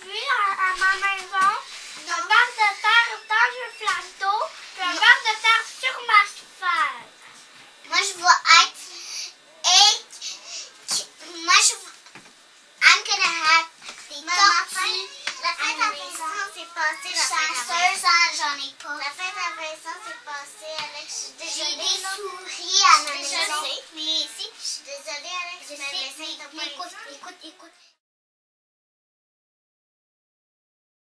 cuire à, à ma maison. Je barre de terre dans le plateau. Je barre de terre sur ma cheval. Moi, je vois hâte. Et moi, je vois. I'm gonna have La fête à des tortues. à la Vincent, maison. c'est passé la fête à Vincent. Chanceuse, hein, j'en ai pas. La fête à Vincent,